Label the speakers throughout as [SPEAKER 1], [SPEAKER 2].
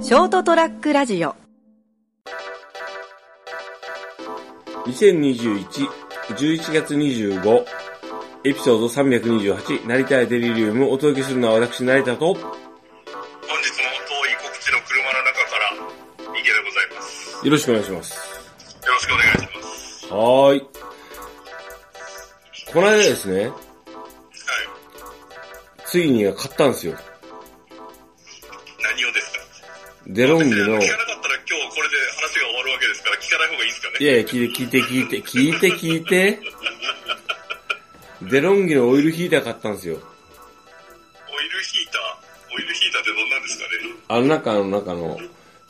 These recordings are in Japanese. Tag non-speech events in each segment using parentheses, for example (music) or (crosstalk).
[SPEAKER 1] ショートトラックラジオ
[SPEAKER 2] 2021-11月25エピソード328成田屋デリリウムお届けするのは私成田と
[SPEAKER 3] 本日も遠い告知の車の中から池田でございます。
[SPEAKER 2] よろしくお願いします。
[SPEAKER 3] よろしくお願いします。
[SPEAKER 2] はーい。この間ですね、
[SPEAKER 3] はい。
[SPEAKER 2] ついには買ったんですよ。
[SPEAKER 3] 何をですか
[SPEAKER 2] デロンギの、い
[SPEAKER 3] 聞かなかったら今日これで話が終わるわけですから聞かない方がいいですかね。
[SPEAKER 2] やいや、聞いて聞いて聞いて聞いて聞いて、デロンギのオイルヒーター買ったんですよ。
[SPEAKER 3] オイルヒーター、オイルヒーターってどんなんですかね
[SPEAKER 2] あの中の中の、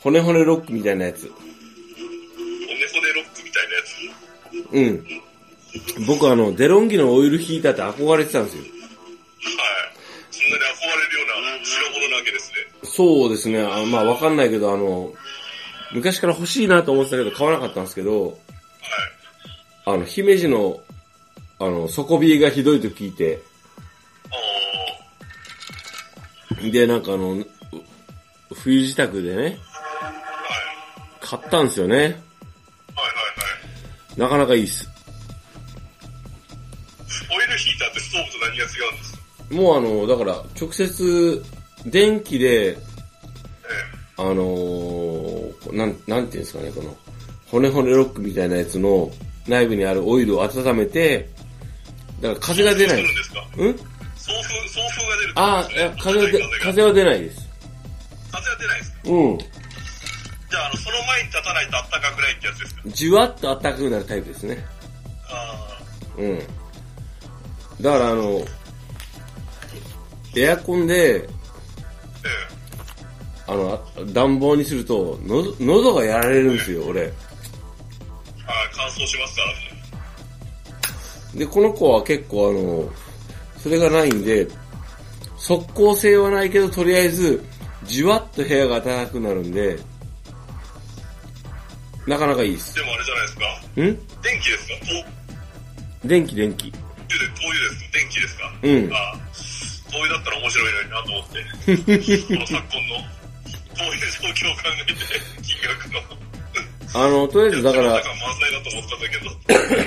[SPEAKER 2] 骨骨ロックみたいなやつ。
[SPEAKER 3] 骨骨ロックみたいなやつ。
[SPEAKER 2] うん。僕あの、デロンギのオイルヒーターって憧れてたんですよ。
[SPEAKER 3] はい。そんなに憧れるような代物なわけですね。
[SPEAKER 2] そうですね。あまあわかんないけど、あの、昔から欲しいなと思ってたけど買わなかったんですけど、
[SPEAKER 3] はい。
[SPEAKER 2] あの、姫路の、あの、底冷えがひどいと聞いて、
[SPEAKER 3] おー。
[SPEAKER 2] で、なんかあの、う冬支度でね、
[SPEAKER 3] はい。
[SPEAKER 2] 買ったんですよね。
[SPEAKER 3] はい
[SPEAKER 2] なかなかいいっす。
[SPEAKER 3] はいはい。オイルヒーターってストーブと何が違うんですか
[SPEAKER 2] もうあの、だから、直接、電気で、
[SPEAKER 3] ええ。
[SPEAKER 2] あのーなん、なんていうんですかね、この、骨骨ロックみたいなやつの内部にあるオイルを温めて、だから風が出ない
[SPEAKER 3] 送風するん。ですか
[SPEAKER 2] うん
[SPEAKER 3] 送風、送風が出るってこと
[SPEAKER 2] あ
[SPEAKER 3] で
[SPEAKER 2] あ、
[SPEAKER 3] す
[SPEAKER 2] い
[SPEAKER 3] ね
[SPEAKER 2] や風は出、
[SPEAKER 3] 風
[SPEAKER 2] 風は出ないです。
[SPEAKER 3] が風が出ないですか
[SPEAKER 2] うん。
[SPEAKER 3] じゃあ、あの、その前に立たないと暖かくないってやつですか
[SPEAKER 2] じゅわっと暖かくなるタイプですね。
[SPEAKER 3] ああ。
[SPEAKER 2] うん。だからあの、エアコンで、
[SPEAKER 3] ええ。
[SPEAKER 2] あの、暖房にすると、のど、喉がやられるんですよ、俺。
[SPEAKER 3] はい、乾燥しますからね。
[SPEAKER 2] で、この子は結構あの、それがないんで、即効性はないけど、とりあえず、じわっと部屋が暖かくなるんで、なかなかいいです。
[SPEAKER 3] でもあれじゃないですか。
[SPEAKER 2] ん
[SPEAKER 3] 電気ですか灯
[SPEAKER 2] 電気電気。
[SPEAKER 3] 油で、灯油ですか電気ですか
[SPEAKER 2] うん
[SPEAKER 3] ああ灯油だったら面白いのになと思って。この
[SPEAKER 2] (laughs)
[SPEAKER 3] 昨今の灯油の状況を考えて、金額の。
[SPEAKER 2] あの、とりあえずだから
[SPEAKER 3] なん、か満載だと思ったんだけ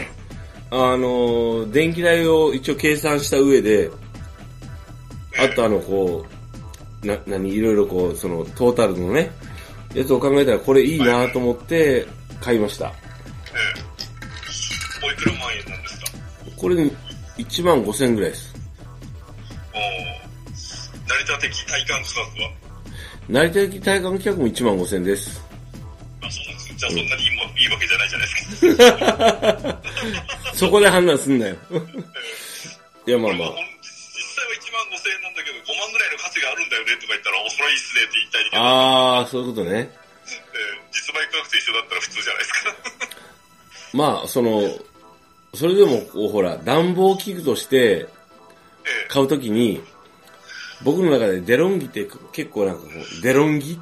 [SPEAKER 3] ど。
[SPEAKER 2] あの、電気代を一応計算した上で、あとあの、こう、な、なに、いろいろこう、その、トータルのね、やつを考えたら、これいいなと思って、買いました。
[SPEAKER 3] ええ。おいくら万円なんですか
[SPEAKER 2] これ、1万5千ぐらいです。
[SPEAKER 3] おお。成田的体感価格は
[SPEAKER 2] 成田駅体感企画も1万5千です。
[SPEAKER 3] あ、そうなんですじゃあそんなにいいもいいわけじゃないじゃないですか。
[SPEAKER 2] そこで判断すんなよ。 (laughs) いや、まあまあ。
[SPEAKER 3] 実際は1万5千円なんだけど、5万ぐらいの価値があるんだよねとか言ったら、お、それいいっすねって言いたいけど、
[SPEAKER 2] あー、そういうことね。
[SPEAKER 3] えー実売価格と一緒だったら普通じゃないですか。 (laughs)
[SPEAKER 2] まあ、その、それでも、こう、ほら、暖房器具として、
[SPEAKER 3] えー
[SPEAKER 2] 買うときに、僕の中でデロンギって結構なんかこう、デロンギ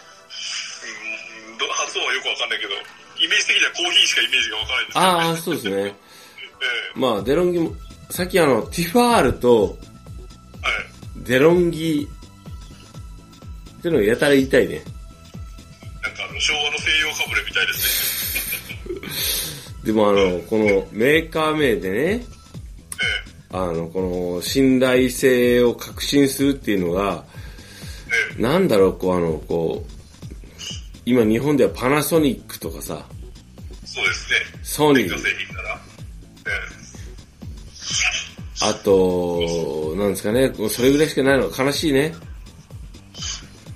[SPEAKER 3] うーんど発音はよくわかんないけど、イメージ的にはコーヒーしかイメージがわからないんです
[SPEAKER 2] ああ、そうです
[SPEAKER 3] (laughs)
[SPEAKER 2] ね。
[SPEAKER 3] え
[SPEAKER 2] まあ、デロンギも、さっきあの、ティファールと
[SPEAKER 3] ーはい。
[SPEAKER 2] デロンギってのをやたら言いたいね。
[SPEAKER 3] なんかあの、昭和の西洋かぶれみたいですね。
[SPEAKER 2] でもあの、このメーカー名でね、
[SPEAKER 3] え
[SPEAKER 2] あの、この信頼性を確信するっていうのが、
[SPEAKER 3] え
[SPEAKER 2] なんだろう、こうあの、こう、今日本ではパナソニックとかさ、
[SPEAKER 3] ーそうですね。
[SPEAKER 2] ソニ
[SPEAKER 3] 電化
[SPEAKER 2] ー、
[SPEAKER 3] 製品なら。えー
[SPEAKER 2] あと、なんですかね、もうそれぐらいしかないのが悲しいね。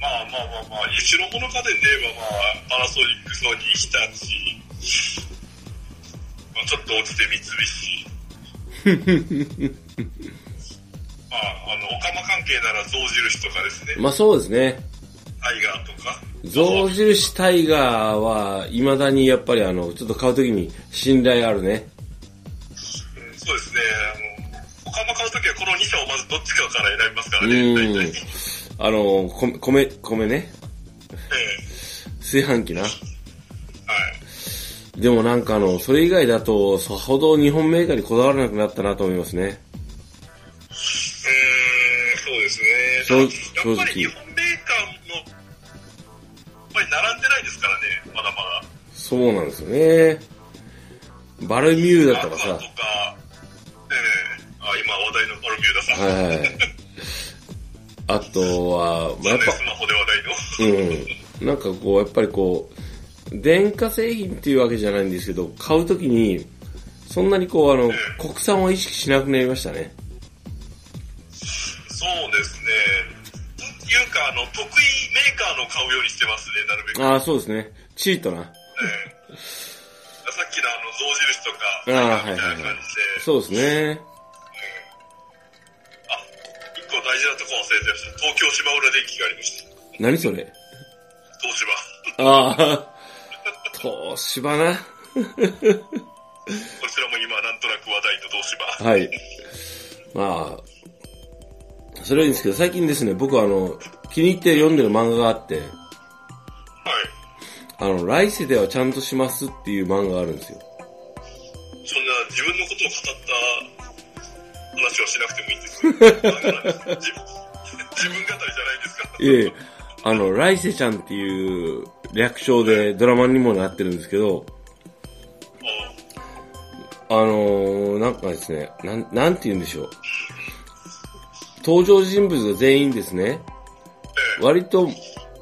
[SPEAKER 3] まあまあまあまあ、一のもの家電で言えばまあ、パナソニック、ソニー、日立、まあ、ちょっと落ちて三菱。まあ、あの、オカマ関係なら象印とかですね。
[SPEAKER 2] まあそうですね。
[SPEAKER 3] タイガーとか。
[SPEAKER 2] 象印タイガーは、未だにやっぱりあの、ちょっと買うときに信頼あるね。
[SPEAKER 3] うんそうですね。あの、オカマ買うときはこの2社をまずどっちかから選びますから
[SPEAKER 2] う
[SPEAKER 3] ね。大
[SPEAKER 2] ーん
[SPEAKER 3] 体。
[SPEAKER 2] あの、米、米、米ね。
[SPEAKER 3] え
[SPEAKER 2] 炊飯器な。
[SPEAKER 3] えはい。
[SPEAKER 2] でもなんかあの、それ以外だと、さほど日本メーカーにこだわらなくなったなと思いますね。
[SPEAKER 3] うーん、そうですね。
[SPEAKER 2] そう
[SPEAKER 3] やっぱり日本メーカーの
[SPEAKER 2] そうなんですよね。バルミューダ
[SPEAKER 3] ア
[SPEAKER 2] と
[SPEAKER 3] ク
[SPEAKER 2] か
[SPEAKER 3] ア
[SPEAKER 2] さ
[SPEAKER 3] と。か、ええあ、今話題のバルミューダさん。
[SPEAKER 2] はいはい。あとは、まあ、や
[SPEAKER 3] 残
[SPEAKER 2] っ
[SPEAKER 3] 念スマホで話題の。
[SPEAKER 2] ぱ、うん。なんかこう、やっぱりこう、電化製品っていうわけじゃないんですけど、買うときに、そんなにこう、あの、国産を意識しなくなりましたね。
[SPEAKER 3] (laughs) そうですね。というか、あの、得意メーカーの買うようにしてますね、なるべく。
[SPEAKER 2] ああ、そうですね。チートな。
[SPEAKER 3] ええさっきのあの、象印とか、
[SPEAKER 2] あー
[SPEAKER 3] みたいな
[SPEAKER 2] はいはいはい
[SPEAKER 3] 感じで。
[SPEAKER 2] そうですね。
[SPEAKER 3] あ、一個大事なとこ忘れてました。東京芝浦電機がありました。
[SPEAKER 2] 何それ
[SPEAKER 3] 東芝。 (laughs)
[SPEAKER 2] ああ、東芝な。
[SPEAKER 3] こちらも今、なんとなく話題の東芝。は
[SPEAKER 2] はい。まあ、それはいいんですけど、最近ですね、僕はあの、気に入って読んでる漫画があって、
[SPEAKER 3] い。
[SPEAKER 2] あの、来世ではちゃんとしますっていう漫画があるんですよ。
[SPEAKER 3] そんな、自分のことを語った話はしなくてもいいんですよ自分自分語りじゃないですから。
[SPEAKER 2] ええ、あの、来世ちゃんっていう略称でドラマにもなってるんですけど、あ
[SPEAKER 3] あ
[SPEAKER 2] のー、なんかですね、なん、なんて言うんでしょう。登場人物が全員ですね、
[SPEAKER 3] ええ
[SPEAKER 2] 割と、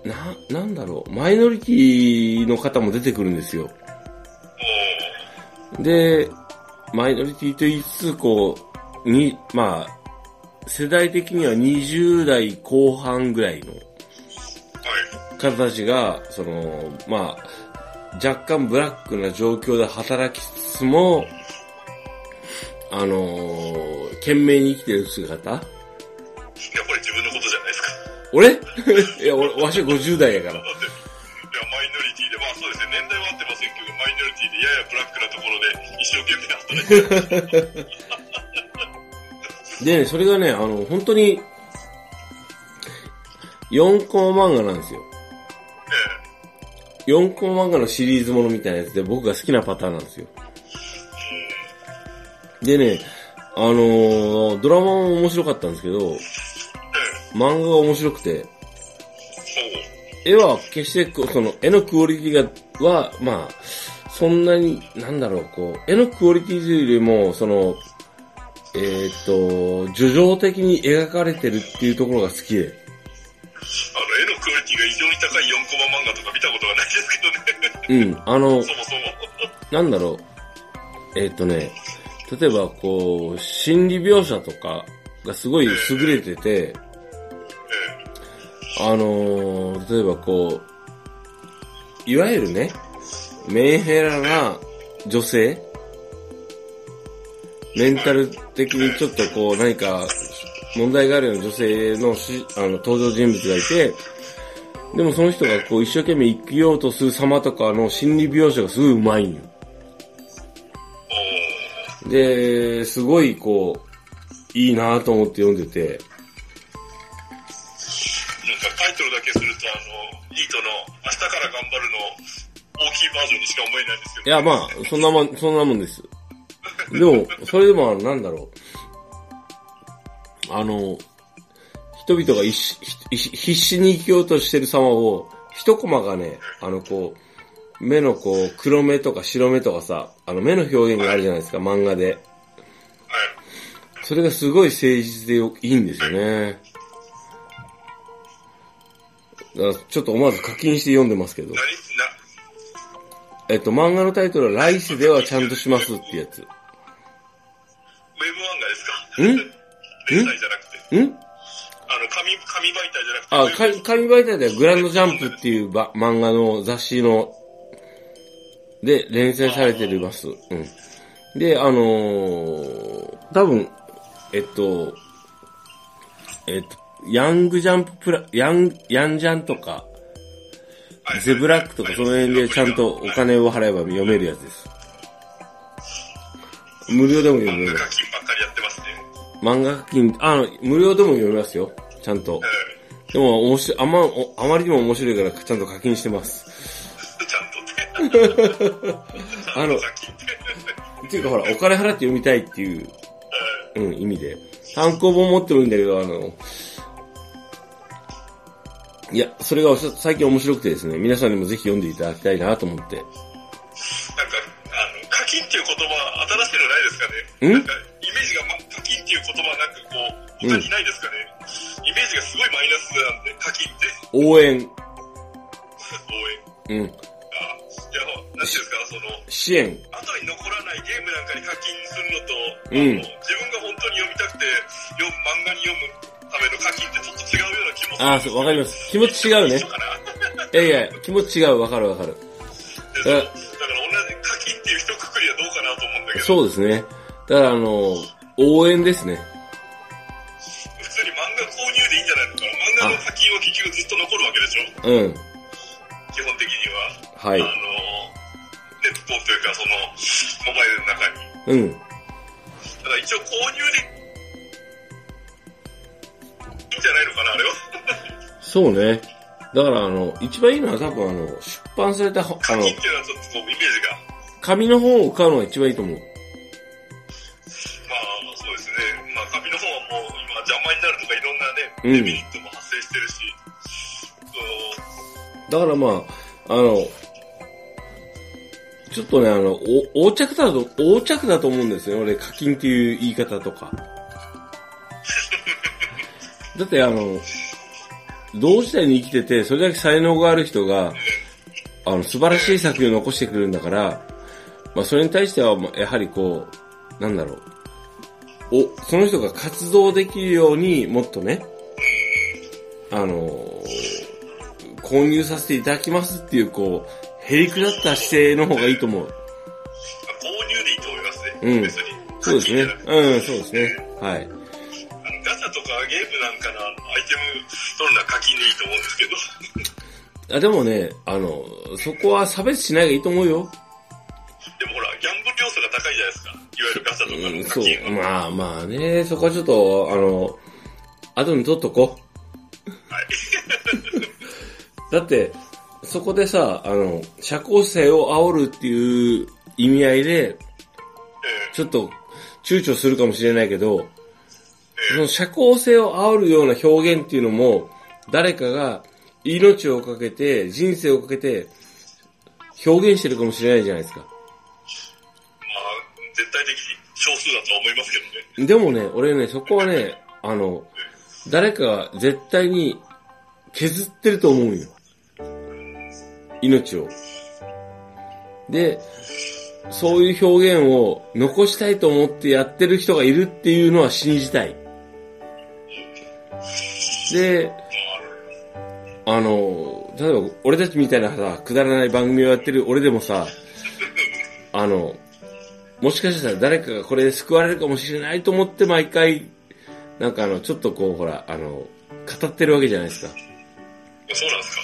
[SPEAKER 2] な、なんだろう、マイノリティの方も出てくるんですよ。
[SPEAKER 3] お
[SPEAKER 2] で、マイノリティと言いつつ、こう、に、まあ、世代的には20代後半ぐらいの
[SPEAKER 3] ーはい。
[SPEAKER 2] 方たちが、その、まあ、若干ブラックな状況で働きつつも、あのー懸命に生きてる姿
[SPEAKER 3] やっぱり自分のことじゃないですか。
[SPEAKER 2] 俺 (laughs) いや、俺、わしは50代やから。
[SPEAKER 3] だって、いや、マイノリティで、まあそうですね、年代は合ってませんけど、マイノリティでややブラックなところで
[SPEAKER 2] (laughs)
[SPEAKER 3] 一生懸命働いてる。
[SPEAKER 2] で、それがね、あの、本当に、4コマ漫画なんですよ。4コマ漫画のシリーズものみたいなやつで僕が好きなパターンなんですよ。でね、あのードラマも面白かったんですけど、漫画が面白くて、
[SPEAKER 3] そう。
[SPEAKER 2] 絵は決してこう、その、絵のクオリティが、は、まあ、そんなに、なんだろう、こう、絵のクオリティというよりも、その、えーっ、と、叙情的に描かれてるっていうところが好きで。
[SPEAKER 3] あの、絵のクオリティが異常に高い4コマ漫画とか見たことがないですけどね。
[SPEAKER 2] う
[SPEAKER 3] (laughs)
[SPEAKER 2] ん、あの、
[SPEAKER 3] そもそも。
[SPEAKER 2] なんだろう。えーっ、とね、例えばこう、心理描写とかがすごい優れてて、
[SPEAKER 3] ええ
[SPEAKER 2] あのー例えばこう、いわゆるね、メンヘラな女性メンタル的にちょっとこう何か問題があるような女性のしあの登場人物がいて、でもその人がこう一生懸命生きようとする様とかの心理描写がすごい上手いんよ。
[SPEAKER 3] おー
[SPEAKER 2] で、すごいこう、いいなと思って読んでて、
[SPEAKER 3] なんかタイトルだけすると、あの、ニートの明日から頑張るの大きいバージョンにしか思えないんですけど。
[SPEAKER 2] いや、まあ、そんなもん、そんなもんです。でも、それでも、なんだろう。あの、人々が一しひ必死に生きようとしてる様を、一コマがね、あの、こう、目のこう、黒目とか白目とかさ、あの、目の表現があるじゃないですか、漫画で。
[SPEAKER 3] はい。
[SPEAKER 2] それがすごい誠実でよいいんですよね。だからちょっと思わず課金して読んでますけど。
[SPEAKER 3] 何な、
[SPEAKER 2] えっと、漫画のタイトルは、来世ではちゃんとしますってやつ。
[SPEAKER 3] ウェブ漫画ですか
[SPEAKER 2] ん
[SPEAKER 3] (laughs) 連載じゃなくて。
[SPEAKER 2] ん
[SPEAKER 3] あの、紙、紙媒体じゃなくて。
[SPEAKER 2] あ、か紙媒体ではグランドジャンプっていうば漫画の雑誌の、で、連載されています。うん。で、あのー、多分、えっと、えっと、ヤングジャンププラ、ヤン、ヤンジャンとか、
[SPEAKER 3] はい
[SPEAKER 2] ゼブラックとかその辺でちゃんとお金を払えば読めるやつです。無料でも読
[SPEAKER 3] 漫
[SPEAKER 2] め
[SPEAKER 3] 画
[SPEAKER 2] る。
[SPEAKER 3] 課金ばっかりやってますね。
[SPEAKER 2] 漫画課金、あ、無料でも読めますよ。ちゃんと
[SPEAKER 3] う。
[SPEAKER 2] でも、面白い、あんま、おあまりにも面白いから、ちゃんと課金してます。
[SPEAKER 3] ん。ちゃんとね。
[SPEAKER 2] あ (laughs) の、
[SPEAKER 3] 課金って。
[SPEAKER 2] っていうかほら、お金払って読みたいっていう、うん、意味で。単行本持ってるんだけど、あの、いや、それがおっしゃ最近面白くてですね、皆さんにもぜひ読んでいただきたいなと思って。ん
[SPEAKER 3] なんか、イメージが、ま、課金っていう言葉はなく、こう、他にないですかね。イメージがすごいマイナスなんで、課金って、 (laughs)
[SPEAKER 2] 応援。
[SPEAKER 3] 応援。
[SPEAKER 2] うん。
[SPEAKER 3] あいや、なんていうんですか、その、
[SPEAKER 2] 支援。
[SPEAKER 3] 後に残らないゲームなんかに課金するのと、
[SPEAKER 2] うん
[SPEAKER 3] あの自分が本当に読みたくて、読む漫画に読むための課金ってちょっと違うような気もする。
[SPEAKER 2] ああ、そう、わかります。気持ち違うね
[SPEAKER 3] 一緒。かな
[SPEAKER 2] いやいや、気持ち違う、わかるわかる。
[SPEAKER 3] でそうだから同じ課金っていう一括りはどうかなと思うんだけど、
[SPEAKER 2] そうですね。だから、あの、応援ですね。
[SPEAKER 3] 普通に漫画購入でいいんじゃないのかな。漫画の課金は結局ずっと残るわけでしょ
[SPEAKER 2] うん。
[SPEAKER 3] 基本的には。
[SPEAKER 2] はい
[SPEAKER 3] あ。の、ネットというか、その、モバイルの中に。
[SPEAKER 2] うん。
[SPEAKER 3] ただ一応購入で、いいんじゃないのかな、あれは。
[SPEAKER 2] そうね。だから、あの、一番いいのは多分、あの、出版された、あ
[SPEAKER 3] 課
[SPEAKER 2] の
[SPEAKER 3] 金、っていうのはちょっとこう、イメージが。
[SPEAKER 2] 紙の本を買うのが一番いいと思う。
[SPEAKER 3] まあ、そうですね。まあ、紙の方はもう、今、邪魔になるとか、いろんな
[SPEAKER 2] うん
[SPEAKER 3] ね、デメリットも発生してるし、そ
[SPEAKER 2] だ
[SPEAKER 3] う
[SPEAKER 2] からまあ、あの、ちょっとね、あの、お、横着だと、横着だと思うんですよ。俺、課金っていう言い方とか。だってあの、同時代に生きてて、それだけ才能がある人が、あの、素晴らしい作品を残してくるんだから、まあ、それに対しては、まあやはりこう、なんだろう。お、その人が活動できるようにもっとね、あの、購入させていただきますっていう、こう、へりくだった姿勢の方がいいと思う。
[SPEAKER 3] まあ購入でいいと思いますね。
[SPEAKER 2] うん
[SPEAKER 3] 別に。
[SPEAKER 2] そうですね
[SPEAKER 3] 課金じゃなく。
[SPEAKER 2] う
[SPEAKER 3] て
[SPEAKER 2] ん、そうですね。はい。
[SPEAKER 3] あのガチャとかゲームなんかのあのアイテム取るのは課金でいいと思うんですけど、 (laughs)
[SPEAKER 2] あ、でもね、あの、そこは差別しないがいいと思うよ。
[SPEAKER 3] でもほら、ギャンブル要素が高いじゃないですか。いわゆるガチャとか
[SPEAKER 2] う
[SPEAKER 3] の
[SPEAKER 2] ん、
[SPEAKER 3] 課
[SPEAKER 2] そう
[SPEAKER 3] 金。は。
[SPEAKER 2] まあまあね、そこはちょっと、あの、後に取っとこ
[SPEAKER 3] はい。
[SPEAKER 2] う。 (laughs) だって、そこでさ、あの、社交性を煽るっていう意味合いで、
[SPEAKER 3] え
[SPEAKER 2] ちょっと躊躇するかもしれないけど、その社交性を煽るような表現っていうのも、誰かが命をかけて、人生をかけて、表現してるかもしれないじゃないですか。
[SPEAKER 3] えまあ、絶対的に少数だとは思いますけどね。
[SPEAKER 2] でもね、俺ね、そこはね、あの、誰かが絶対に削ってると思うよ。命を。で、そういう表現を残したいと思ってやってる人がいるっていうのは信じたい。で、あの、例えば俺たちみたいなさ、くだらない番組をやってる俺でもさ、あの、もしかしたら誰かがこれで救われるかもしれないと思って毎回、なんかあの、ちょっとこう、ほら、あの、語ってるわけじゃないですか。
[SPEAKER 3] まあそうなんですか。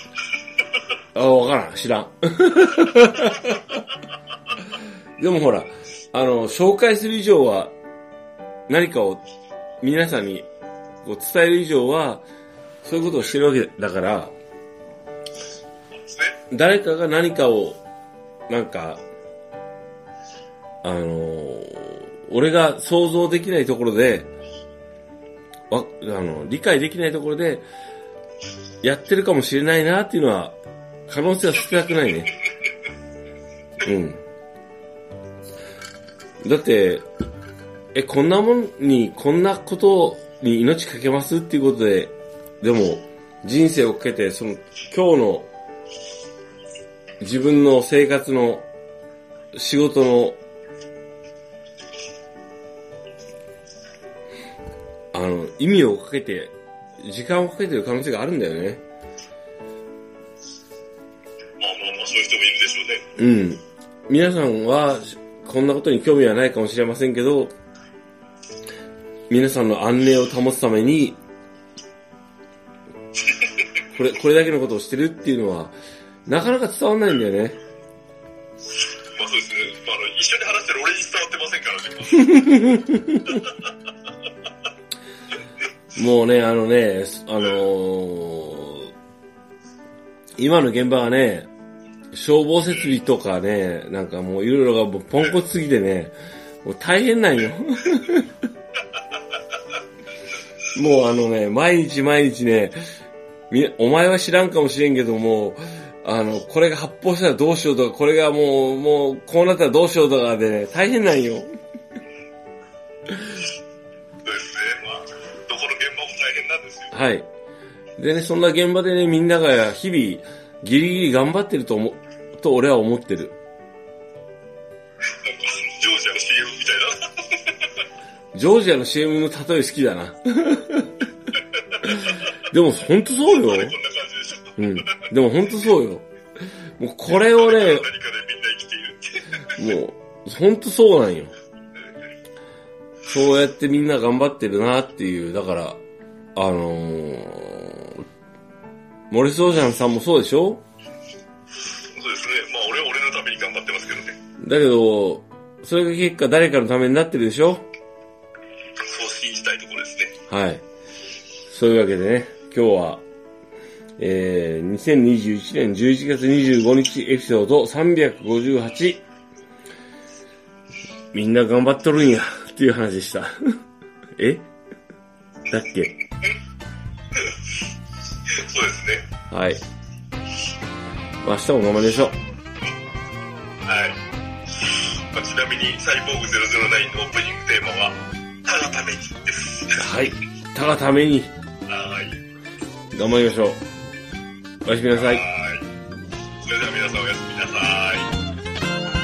[SPEAKER 2] あ、わからん、知らん。 (laughs) でもほら、あの、紹介する以上は、何かを皆さんにこう伝える以上は、そういうことをしてるわけだから、
[SPEAKER 3] ですね。
[SPEAKER 2] 誰かが何かを、なんか、あのー俺が想像できないところで、わ、あの、理解できないところで、やってるかもしれないなっていうのは、可能性は少なくないね。うん。だって、え、こんなもんに、こんなことに命かけますっていうことで、でも、人生をかけて、その、今日の自分の生活の、仕事の、あの、意味をかけて、時間をかけてる可能性があるんだよね。
[SPEAKER 3] まあまあまあ、そういう人もいるでしょうね。
[SPEAKER 2] うん。皆さんは、こんなことに興味はないかもしれませんけど、皆さんの安寧を保つために、これ、これだけのことをしてるっていうのは、なかなか伝わんないんだよね。
[SPEAKER 3] まあそうですね。まあ、あの、一緒に話してる俺に伝わってませんからね。
[SPEAKER 2] もうね、あのね、すあのー今の現場はね、消防設備とかね、なんかもういろいろがもうポンコツすぎてね、もう大変なんよ。 (laughs) もうあのね、毎日毎日ね、み、お前は知らんかもしれんけども、あの、これが発砲したらどうしようとか、これがもう、もう、こうなったらどうしようとかでね、大変なんよ。
[SPEAKER 3] そうですね。まあ、どこの現場も大変なんですよ。
[SPEAKER 2] はい。でね、そんな現場でね、みんなが日々、ギリギリ頑張ってると思う、と俺は思ってる。
[SPEAKER 3] なんか、ジョージアの CM みたいな。
[SPEAKER 2] ジョージアの CM の例え好きだな。 (laughs) でもほんとそうよ
[SPEAKER 3] こ。んな感じでしょ。
[SPEAKER 2] うん。でもほんとそうよ。もうこれをね
[SPEAKER 3] 何、かでみんな生きているって。
[SPEAKER 2] もう、ほんとそうなんよ。そうやってみんな頑張ってるなっていう、だから、あのー、モリス・オジャンさんもそうでしょ
[SPEAKER 3] そうですね。まあ、俺は俺のために頑張ってますけどね。
[SPEAKER 2] だけど、それが結果誰かのためになってるでしょ
[SPEAKER 3] そう信じたいところですね。
[SPEAKER 2] はい。そういうわけでね、今日は、えー、2021年11月25日エピソード358、みんな頑張っとるんや、っていう話でした。 (laughs) えだっけ
[SPEAKER 3] そうですね。
[SPEAKER 2] はい。まあ明日も頑張りましょう。
[SPEAKER 3] はい。まあ、ちなみに、サイボーグ009のオープニングテーマは、ただためにです。
[SPEAKER 2] はい。たがために
[SPEAKER 3] はい。
[SPEAKER 2] 頑張りましょう。おやすみなさい。
[SPEAKER 3] はい。それでは皆さんおやすみなさい。